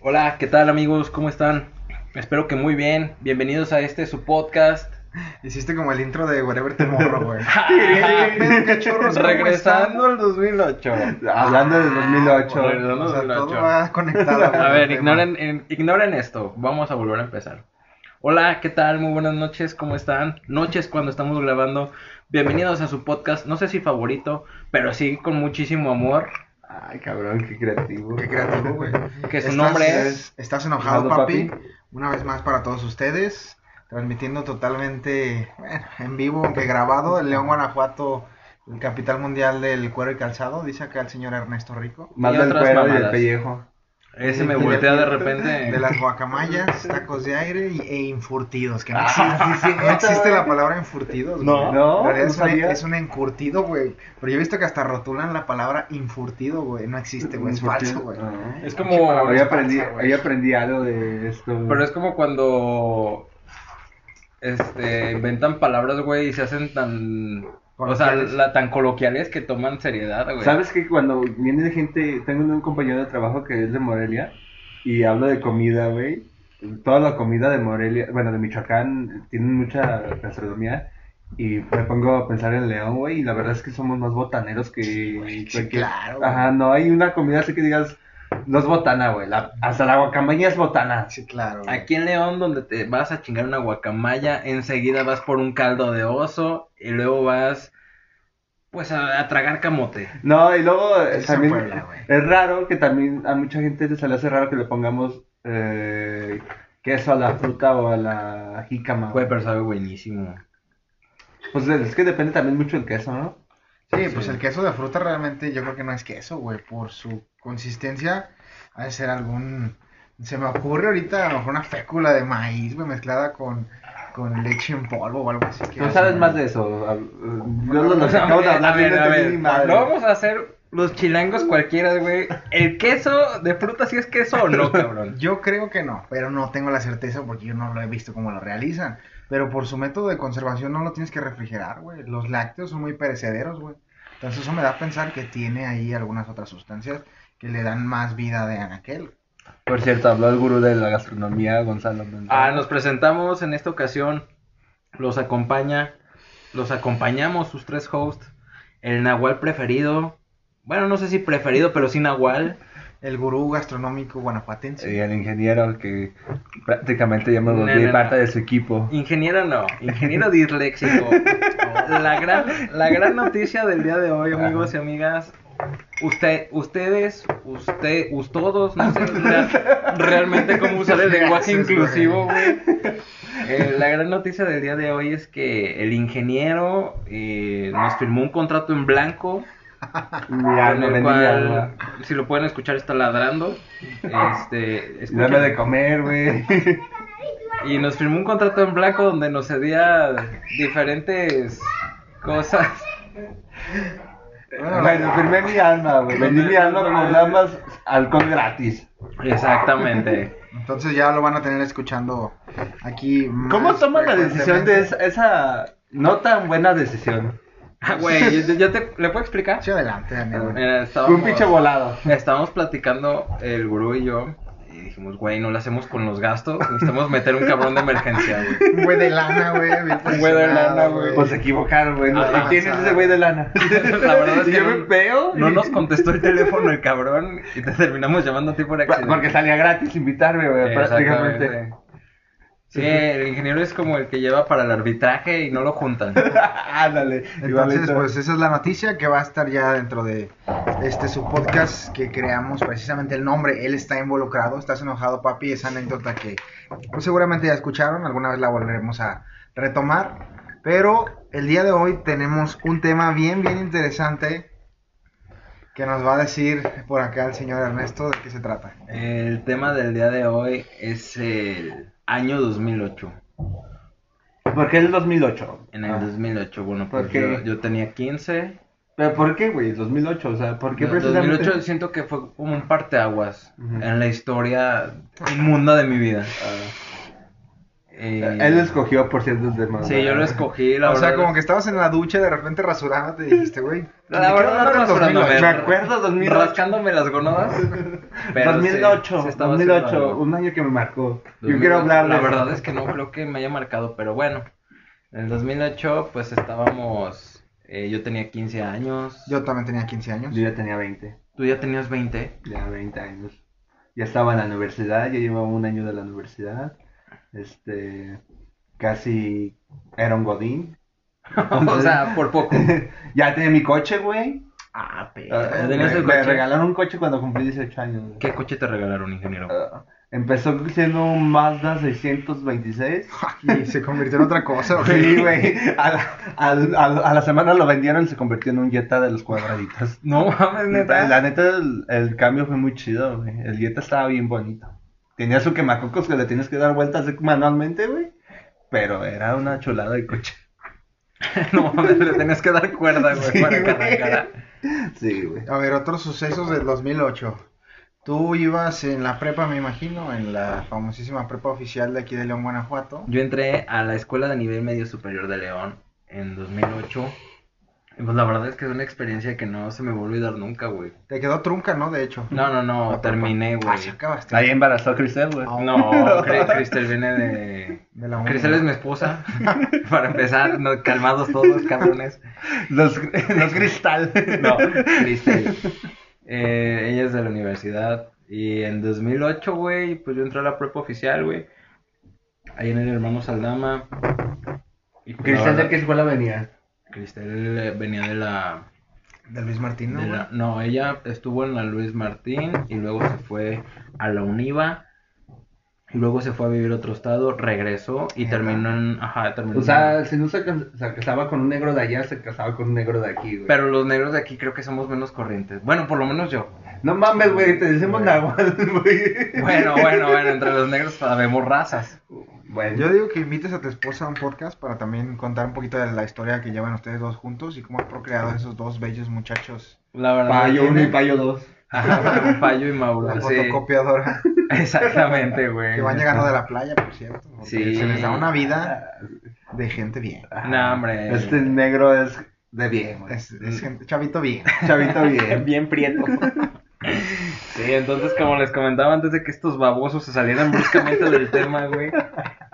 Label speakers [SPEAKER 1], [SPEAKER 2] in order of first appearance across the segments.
[SPEAKER 1] Hola, ¿qué tal amigos? ¿Cómo están? Espero que muy bien. Bienvenidos a este su podcast.
[SPEAKER 2] Hiciste como el intro de Whatever Tomorrow, güey.
[SPEAKER 1] Qué chorros, ¿cómo Regresando al 2008.
[SPEAKER 3] Hablando
[SPEAKER 1] Ah,
[SPEAKER 3] del 2008.
[SPEAKER 1] Regresando al
[SPEAKER 2] O sea, todo
[SPEAKER 1] 2008.
[SPEAKER 2] va conectado.
[SPEAKER 1] A
[SPEAKER 2] güey,
[SPEAKER 1] ver,
[SPEAKER 2] el
[SPEAKER 1] ignoren, en- ignoren esto. Vamos a volver a empezar. Hola, ¿qué tal? Muy buenas noches, ¿cómo están? Noches cuando estamos grabando. Bienvenidos a su podcast, no sé si favorito, pero sí con muchísimo amor.
[SPEAKER 3] Ay, cabrón, qué creativo.
[SPEAKER 2] tema. Qué creativo, güey.
[SPEAKER 1] Que su
[SPEAKER 2] Estás-
[SPEAKER 1] nombre es-
[SPEAKER 2] Estás enojado,
[SPEAKER 3] Enojado,
[SPEAKER 2] papi.
[SPEAKER 3] papi.
[SPEAKER 2] Una vez más para todos ustedes. Transmitiendo totalmente, bueno, en vivo, aunque grabado, en León, Guanajuato, el capital mundial del cuero y calzado, dice acá el señor Ernesto Rico.
[SPEAKER 3] Más
[SPEAKER 1] Y
[SPEAKER 3] del
[SPEAKER 1] otras
[SPEAKER 3] cuero y
[SPEAKER 1] mamadas.
[SPEAKER 3] del pellejo.
[SPEAKER 1] Ese me voltea de repente.
[SPEAKER 2] De las guacamayas, tacos de aire y, e infurtidos. Que no,
[SPEAKER 3] Ah,
[SPEAKER 2] existe,
[SPEAKER 3] sí, sí,
[SPEAKER 2] no existe
[SPEAKER 3] güey.
[SPEAKER 2] la palabra infurtidos.
[SPEAKER 3] No,
[SPEAKER 2] güey.
[SPEAKER 3] no,
[SPEAKER 2] En realidad
[SPEAKER 3] no
[SPEAKER 2] es, un, e-
[SPEAKER 3] sabía.
[SPEAKER 2] es un encurtido, güey. Pero yo he visto que hasta rotulan la palabra infurtido, güey. No existe, Este güey. Es falso, güey.
[SPEAKER 3] Ah.
[SPEAKER 1] Es como.
[SPEAKER 2] Ahora
[SPEAKER 3] Hoy
[SPEAKER 2] es
[SPEAKER 3] aprendí,
[SPEAKER 2] falsa, güey.
[SPEAKER 3] hoy aprendí algo de esto. güey.
[SPEAKER 1] Pero es como cuando este inventan palabras, güey, y se hacen tan o sea,
[SPEAKER 2] Coloquiales.
[SPEAKER 1] la, tan coloquiales que toman seriedad, güey.
[SPEAKER 3] ¿Sabes que cuando viene gente, tengo un compañero de trabajo que es de Morelia y hablo de comida, güey. Toda la comida de Morelia, bueno, de Michoacán, tienen mucha gastronomía. Y me pongo a pensar en León, güey, y la verdad es que somos más botaneros que...
[SPEAKER 2] sí,
[SPEAKER 3] cualquier-
[SPEAKER 2] claro, güey.
[SPEAKER 3] Ajá, no hay una comida así que digas, no es botana, güey. la- hasta la guacamaya es botana.
[SPEAKER 2] Sí, claro. güey.
[SPEAKER 1] Aquí en León, donde te vas a chingar una guacamaya, enseguida vas por un caldo de oso y luego vas pues a, a tragar camote.
[SPEAKER 3] No, y luego eh,
[SPEAKER 2] Eso es
[SPEAKER 3] también
[SPEAKER 2] Puebla, güey.
[SPEAKER 3] es raro que también a mucha gente se le hace raro que le pongamos eh, queso a la fruta o a la jícama.
[SPEAKER 1] Güey, pero sabe buenísimo.
[SPEAKER 3] Pues es que depende también mucho el queso, ¿no?
[SPEAKER 2] Sí, pues el queso de fruta realmente yo creo que no es queso, güey. Por su consistencia, ha de ser algún. Se me ocurre ahorita a lo mejor una fécula de maíz, güey, mezclada con, con leche en polvo o algo así. que
[SPEAKER 3] Tú
[SPEAKER 2] es-
[SPEAKER 3] sabes más de eso. hab- eh, Yo lo, lo que acabo de
[SPEAKER 1] a
[SPEAKER 3] hablar.
[SPEAKER 1] ver,
[SPEAKER 3] no
[SPEAKER 1] a
[SPEAKER 3] entendí
[SPEAKER 1] ver,
[SPEAKER 3] ni madre.
[SPEAKER 1] no vamos a hacer los chilangos cualquiera, güey. El queso de fruta si es queso o no, cabrón.
[SPEAKER 2] Yo creo que no, pero no tengo la certeza porque yo no lo he visto cómo lo realizan. Pero por su método de conservación no lo tienes que refrigerar, güey. Los lácteos son muy perecederos, güey. Entonces eso me da a pensar que tiene ahí algunas otras sustancias que le dan más vida de aquel.
[SPEAKER 3] Por cierto, habló el gurú de la gastronomía, Gonzalo. Mendoza.
[SPEAKER 1] Ah, nos presentamos en esta ocasión. Los acompaña, los acompañamos sus tres hosts. El Nahual preferido, bueno, no sé si preferido, pero sí Nahual.
[SPEAKER 2] El gurú gastronómico guanajuatense.
[SPEAKER 3] Y Eh, el ingeniero que prácticamente ya me
[SPEAKER 1] No,
[SPEAKER 3] volví
[SPEAKER 1] no,
[SPEAKER 3] parte
[SPEAKER 1] no.
[SPEAKER 3] de su equipo.
[SPEAKER 1] Ingeniero no, ingeniero disléxico. La gran, la gran noticia del día de hoy, amigos y amigas. Usted, ustedes, usted, ustedes, no sé la- realmente cómo usar el lenguaje
[SPEAKER 2] Gracias,
[SPEAKER 1] inclusivo, güey. Eh, la gran noticia del día de hoy es que el ingeniero eh, nos firmó un contrato en blanco
[SPEAKER 3] Ya,
[SPEAKER 1] con
[SPEAKER 3] no
[SPEAKER 1] el
[SPEAKER 3] vendí
[SPEAKER 1] cual,
[SPEAKER 3] nada.
[SPEAKER 1] si lo pueden escuchar, está ladrando. Este,
[SPEAKER 3] Y Dame de
[SPEAKER 1] escuchen.
[SPEAKER 3] comer, güey.
[SPEAKER 1] Y nos firmó un contrato en blanco donde nos cedía diferentes cosas.
[SPEAKER 2] Bueno,
[SPEAKER 3] Ah, Bueno, firmé mi alma, güey. Vendí mi alma como nada más alcohol gratis.
[SPEAKER 1] Exactamente.
[SPEAKER 2] Entonces ya lo van a tener escuchando aquí. más
[SPEAKER 3] ¿Cómo toman la decisión de
[SPEAKER 2] frecuentemente.
[SPEAKER 3] esa, esa no tan buena decisión?
[SPEAKER 1] Ah, güey, yo, yo te, ¿le puedo explicar?
[SPEAKER 2] Sí, adelante, Daniel. güey.
[SPEAKER 1] Mira,
[SPEAKER 3] Fue
[SPEAKER 1] estábamos,
[SPEAKER 3] un pinche volado.
[SPEAKER 1] estábamos platicando el gurú y yo y dijimos, güey, no lo hacemos con los gastos, necesitamos meter un cabrón de emergencia, güey.
[SPEAKER 2] Un güey de lana, güey. bien
[SPEAKER 1] Un güey de lana,
[SPEAKER 2] posicionado,
[SPEAKER 1] Ah, güey.
[SPEAKER 3] Pues se equivocaron, güey. ¿no?
[SPEAKER 2] Ah,
[SPEAKER 3] ¿Y quién es
[SPEAKER 2] avanzada.
[SPEAKER 3] ese güey de lana?
[SPEAKER 1] La verdad es
[SPEAKER 3] Y
[SPEAKER 1] que
[SPEAKER 3] yo
[SPEAKER 1] no-
[SPEAKER 3] me veo.
[SPEAKER 1] No
[SPEAKER 3] y-
[SPEAKER 1] nos contestó el teléfono el cabrón y te terminamos llamando a ti por accidente.
[SPEAKER 3] Porque salía gratis invitarme, güey,
[SPEAKER 1] Exactamente.
[SPEAKER 3] prácticamente.
[SPEAKER 1] Sí, el ingeniero es como el que lleva para el arbitraje y no lo juntan.
[SPEAKER 3] Ándale.
[SPEAKER 2] Entonces,
[SPEAKER 3] igualito.
[SPEAKER 2] pues esa es la noticia que va a estar ya dentro de este su podcast que creamos precisamente el nombre. Él está involucrado, estás enojado, papi. Esa anécdota que pues, seguramente ya escucharon, alguna vez la volveremos a retomar. Pero el día de hoy tenemos un tema bien, bien interesante que nos va a decir por acá el señor Ernesto de qué se trata.
[SPEAKER 1] El tema del día de hoy es el año 2008.
[SPEAKER 3] ¿Por qué el 2008?
[SPEAKER 1] En el
[SPEAKER 3] Ah.
[SPEAKER 1] 2008, bueno, pues
[SPEAKER 3] ¿Por qué?
[SPEAKER 1] yo, yo tenía 15.
[SPEAKER 3] ¿Pero por qué, güey? 2008, o sea, ¿por qué
[SPEAKER 1] Yo-
[SPEAKER 3] precisamente?
[SPEAKER 1] 2008 siento que fue como un parteaguas
[SPEAKER 3] Ujú.
[SPEAKER 1] en la historia inmunda de mi vida.
[SPEAKER 3] Ah,
[SPEAKER 1] Eh,
[SPEAKER 3] Él escogió por cierto de mamá.
[SPEAKER 1] Sí, yo lo escogí. La
[SPEAKER 2] o sea,
[SPEAKER 1] verdad
[SPEAKER 2] como
[SPEAKER 1] es-
[SPEAKER 2] que estabas en la ducha de repente rasurándote y dijiste, güey.
[SPEAKER 1] La
[SPEAKER 2] ¿de qué
[SPEAKER 1] verdad,
[SPEAKER 2] trata
[SPEAKER 1] no
[SPEAKER 2] el 2009?
[SPEAKER 1] rasurándome.
[SPEAKER 3] Me acuerdo 2008.
[SPEAKER 1] Rascándome las gonadas. pero sí,
[SPEAKER 3] 2008,
[SPEAKER 1] sí estaba haciendo
[SPEAKER 3] 2008,
[SPEAKER 1] algo.
[SPEAKER 3] un año que me marcó. Yo quiero hablar de
[SPEAKER 1] La
[SPEAKER 3] eso.
[SPEAKER 1] verdad es que no creo que me haya marcado, pero bueno. En el 2008, pues estábamos. eh, yo tenía 15 años.
[SPEAKER 2] Yo también tenía 15 años.
[SPEAKER 3] Yo ya tenía 20,
[SPEAKER 1] Tú ya tenías 20.
[SPEAKER 3] ya 20 años. Ya estaba en la universidad, ya llevaba un año de la universidad. Este, casi era un godín.
[SPEAKER 1] o sea, Ah, por poco.
[SPEAKER 3] ya tenía mi coche, güey.
[SPEAKER 1] Ah,
[SPEAKER 3] Ah,
[SPEAKER 1] pero.
[SPEAKER 3] me,
[SPEAKER 1] ¿Tenías el
[SPEAKER 3] me
[SPEAKER 1] coche?
[SPEAKER 3] regalaron un coche cuando cumplí 18 años. güey.
[SPEAKER 1] ¿Qué coche te regalaron, ingeniero?
[SPEAKER 3] Ah, empezó siendo un Mazda 626.
[SPEAKER 2] Y se convirtió en otra cosa, güey.
[SPEAKER 3] Sí, güey. A la, al- al- a la semana lo vendieron y se convirtió en un Jetta de los cuadraditos.
[SPEAKER 1] No mames,
[SPEAKER 3] La neta, el, el cambio fue muy chido, güey. El Jetta estaba bien bonito. Tenía su quemacocos que le tienes que dar vueltas manualmente, güey. Pero era una chulada de coche.
[SPEAKER 1] No mames, le tenías que dar cuerda, güey,
[SPEAKER 3] Sí,
[SPEAKER 1] para que
[SPEAKER 3] güey.
[SPEAKER 1] arrancara.
[SPEAKER 3] Sí, güey.
[SPEAKER 2] A ver, otros sucesos del 2008. Tú ibas en la prepa, me imagino, en la famosísima prepa oficial de aquí de León, Guanajuato.
[SPEAKER 1] Yo entré a la escuela de nivel medio superior de León en 2008. Y pues la verdad es que es una experiencia que no se me va a olvidar nunca, güey.
[SPEAKER 2] Te quedó trunca, ¿no? De hecho.
[SPEAKER 1] No, no, no,
[SPEAKER 2] La prepa.
[SPEAKER 1] terminé,
[SPEAKER 2] Ah,
[SPEAKER 1] güey.
[SPEAKER 2] sí acabaste. Ah,
[SPEAKER 3] Ahí embarazó a Cristel, güey.
[SPEAKER 2] No.
[SPEAKER 1] No, Cri- Cristel viene de...
[SPEAKER 2] De la uni.
[SPEAKER 1] Cristel es mi esposa, para empezar, no, calmados todos, cabrones.
[SPEAKER 3] Los, los Cristal.
[SPEAKER 1] No, Cristel. Eh, ella es de la universidad. Y en 2008, güey, pues yo entré a la prepa oficial, güey. Ahí en el hermano Saldama. Y pues, la verdad-
[SPEAKER 3] escuela venía?
[SPEAKER 1] Cristel eh, venía de la...
[SPEAKER 2] Del Luis Martín, ¿no?
[SPEAKER 1] de
[SPEAKER 2] güey?
[SPEAKER 1] la- no, ella estuvo en la Luis Martín y luego se fue a la Univa. Y luego se fue a vivir a otro estado, regresó y
[SPEAKER 2] Neta.
[SPEAKER 1] terminó en... Ajá, terminó
[SPEAKER 3] O sea, si no se, cas- se casaba con un negro de allá, se casaba con un negro de aquí, güey.
[SPEAKER 1] Pero los negros de aquí creo que somos menos corrientes. Bueno, por lo menos yo.
[SPEAKER 3] No mames, güey, te decimos nahual, güey.
[SPEAKER 1] Bueno, bueno, bueno, entre los negros sabemos razas.
[SPEAKER 3] Bueno,
[SPEAKER 2] Yo digo que invites a tu esposa a un podcast para también contar un poquito de la historia que llevan ustedes dos juntos y cómo han procreado a esos dos bellos muchachos.
[SPEAKER 1] La verdad.
[SPEAKER 3] payo
[SPEAKER 1] tiene-
[SPEAKER 3] uno y payo dos.
[SPEAKER 1] Ajá, Payo y Mauro.
[SPEAKER 2] La
[SPEAKER 1] sí.
[SPEAKER 2] fotocopiadora
[SPEAKER 1] Exactamente, güey.
[SPEAKER 2] que van llegando de la playa, por cierto. porque
[SPEAKER 1] Sí.
[SPEAKER 2] Se les da una vida de gente bien.
[SPEAKER 1] No, hombre.
[SPEAKER 3] Este negro es de bien, güey.
[SPEAKER 2] Es, es gente, chavito bien.
[SPEAKER 3] Chavito bien.
[SPEAKER 1] Bien prieto. Sí, entonces como les comentaba antes de que estos babosos se salieran bruscamente del tema, güey.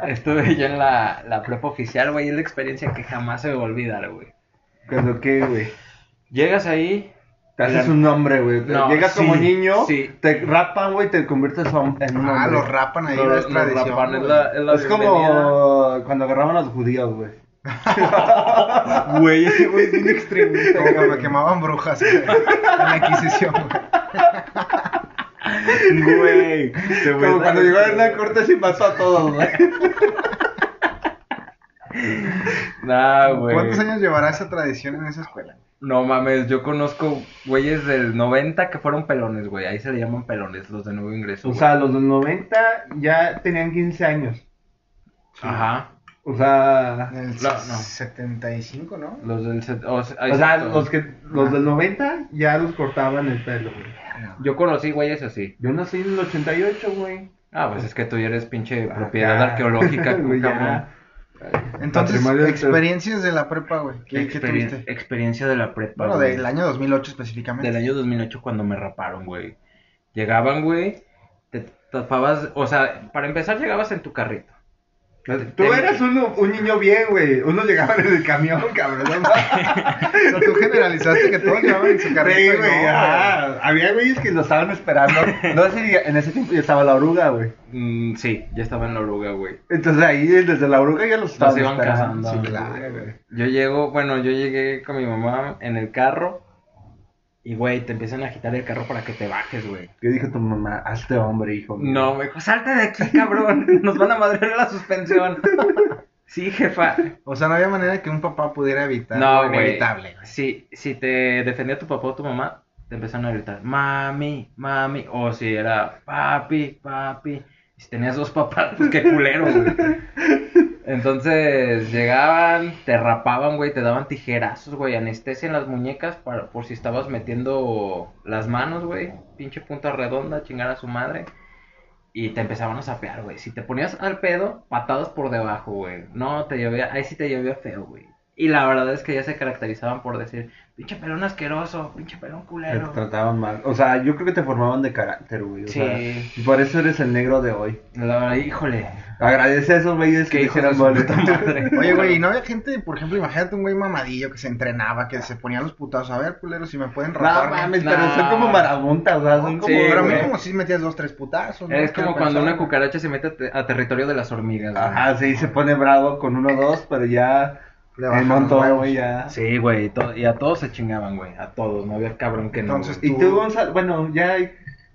[SPEAKER 1] Estuve yo en la, la prepa oficial, güey. y Es la experiencia que jamás se me va a olvidar, güey.
[SPEAKER 3] Cuando qué, güey.
[SPEAKER 1] Llegas ahí,
[SPEAKER 3] Te haces un nombre, güey.
[SPEAKER 1] No,
[SPEAKER 3] Llegas
[SPEAKER 1] sí,
[SPEAKER 3] como niño,
[SPEAKER 1] sí.
[SPEAKER 3] te rapan, güey, te conviertes a un- en un hombre.
[SPEAKER 2] Ah, los rapan ahí,
[SPEAKER 1] lo-
[SPEAKER 2] no es
[SPEAKER 1] lo
[SPEAKER 2] tradición.
[SPEAKER 1] rapan, es
[SPEAKER 2] güey.
[SPEAKER 1] la- es la
[SPEAKER 3] Es
[SPEAKER 1] bienvenida.
[SPEAKER 3] como cuando agarraban a los judíos, güey.
[SPEAKER 1] Güey, ese güey es bien extremista.
[SPEAKER 2] Como que me quemaban brujas güey, en la Inquisición. güey.
[SPEAKER 3] Güey. Como cuando llegó Hernán Cortés y mató a todos, güey.
[SPEAKER 1] Nah, güey.
[SPEAKER 2] ¿Cuántos años llevará esa tradición en esa escuela?
[SPEAKER 1] No mames, yo conozco güeyes del 90 que fueron pelones, güey. Ahí se le llaman pelones, los de nuevo ingreso.
[SPEAKER 3] O
[SPEAKER 1] güey.
[SPEAKER 3] sea, los del 90 ya tenían 15 años.
[SPEAKER 1] Ajá.
[SPEAKER 3] O sea,
[SPEAKER 2] En el
[SPEAKER 1] No, no.
[SPEAKER 2] 75, ¿no?
[SPEAKER 1] Los del. set- O sea, ahí
[SPEAKER 3] o sea
[SPEAKER 1] está.
[SPEAKER 3] los, que, los del 90 ya los cortaban el pelo, güey.
[SPEAKER 1] Yo conocí güeyes así.
[SPEAKER 3] Yo nací en el 88, güey.
[SPEAKER 1] Ah, pues es que tú ya eres pinche propiedad
[SPEAKER 3] Acá.
[SPEAKER 1] arqueológica,
[SPEAKER 3] Güey, ya.
[SPEAKER 1] cabrón.
[SPEAKER 2] Entonces,
[SPEAKER 3] Patrimonio-
[SPEAKER 2] experiencias de la prepa, güey. ¿Qué, qué
[SPEAKER 1] Experien-
[SPEAKER 2] tuviste?
[SPEAKER 1] Experiencia de la prepa.
[SPEAKER 2] Bueno,
[SPEAKER 1] güey.
[SPEAKER 2] del año 2008 específicamente.
[SPEAKER 1] Del año 2008 cuando me raparon, güey. Llegaban, güey, te tapabas, o sea, para empezar llegabas en tu carrito.
[SPEAKER 3] Tú eras un, un niño bien, güey. Unos llegaban en el camión, cabrón. no mames.
[SPEAKER 2] O sea, tú generalizaste que todos llevaban en su carrito.
[SPEAKER 3] Sí,
[SPEAKER 2] y no,
[SPEAKER 3] güey, ah, Había güeyes que lo estaban esperando. No sé si en ese tiempo ya estaba la oruga, güey.
[SPEAKER 1] Mm, sí, ya estaba en la oruga, güey.
[SPEAKER 3] Entonces ahí desde la oruga ya los estaban
[SPEAKER 1] iban
[SPEAKER 3] esperando.
[SPEAKER 1] cazando.
[SPEAKER 2] Sí, claro, güey.
[SPEAKER 1] Yo llego, bueno, yo llegué con mi mamá en el carro y, güey, te empiezan a agitar el carro para que te bajes, güey.
[SPEAKER 3] ¿Qué dijo tu mamá? Hazte hombre, hijo. mío".
[SPEAKER 1] No, me dijo, salte de aquí, cabrón, nos van a madrear la suspensión. Sí, jefa.
[SPEAKER 2] O sea, no había manera que un papá pudiera evitar
[SPEAKER 1] No,
[SPEAKER 2] lo
[SPEAKER 1] güey.
[SPEAKER 2] inevitable. güey.
[SPEAKER 1] Si, si te defendía tu papá o tu mamá, te empezaron a gritar, mami, mami. O si era papi, papi. Y Si tenías dos papás, pues qué culero, güey. Entonces llegaban, te rapaban, güey, te daban tijerazos, güey, anestesia en las muñecas para, por si estabas metiendo las manos, güey. Pinche punta redonda, chingar a su madre. Y te empezaban a sapear, güey. Si te ponías al pedo, patadas por debajo, güey. No, te llovía, ahí sí te llovía feo, güey. Y la verdad es que ya se caracterizaban por decir, pinche pelón asqueroso, pinche pelón
[SPEAKER 3] Te
[SPEAKER 1] culero.
[SPEAKER 3] trataban mal. O sea, yo creo que te formaban de carácter, güey. O
[SPEAKER 1] Sí.
[SPEAKER 3] sea, y por eso eres el negro de hoy.
[SPEAKER 1] La verdad, híjole.
[SPEAKER 3] Agradece a esos güeyes
[SPEAKER 1] Qué
[SPEAKER 3] que
[SPEAKER 1] hijo de
[SPEAKER 3] dijeron
[SPEAKER 1] su
[SPEAKER 3] mole.
[SPEAKER 1] puta madre.
[SPEAKER 2] Oye, güey, ¿y no había gente, por ejemplo, imagínate un güey mamadillo que se entrenaba, que se ponía los putazos? A ver, culero, si me pueden
[SPEAKER 3] No
[SPEAKER 2] rapar.
[SPEAKER 3] mames,
[SPEAKER 1] No.
[SPEAKER 3] pero son como marabuntas, o sea, son
[SPEAKER 2] No, como,
[SPEAKER 3] como...
[SPEAKER 1] Sí,
[SPEAKER 2] pero a mí
[SPEAKER 1] güey.
[SPEAKER 2] como si metías dos, tres putazos. ¿no?
[SPEAKER 1] Es
[SPEAKER 2] ¿Qué
[SPEAKER 1] como cuando
[SPEAKER 2] pensaba?
[SPEAKER 1] una cucaracha se mete a, te- a territorio de las hormigas. güey.
[SPEAKER 3] Ajá, sí, se pone bravo con uno o dos, pero ya...
[SPEAKER 2] Le bajan
[SPEAKER 3] El
[SPEAKER 2] los
[SPEAKER 3] montón,
[SPEAKER 2] huevos.
[SPEAKER 3] güey, ya...
[SPEAKER 1] Sí, güey, y to- y a todos se chingaban, güey, a todos, no había cabrón que no.
[SPEAKER 2] Entonces,
[SPEAKER 1] güey.
[SPEAKER 3] Y
[SPEAKER 2] Tú-
[SPEAKER 3] tú, Gonzalo, bueno, ya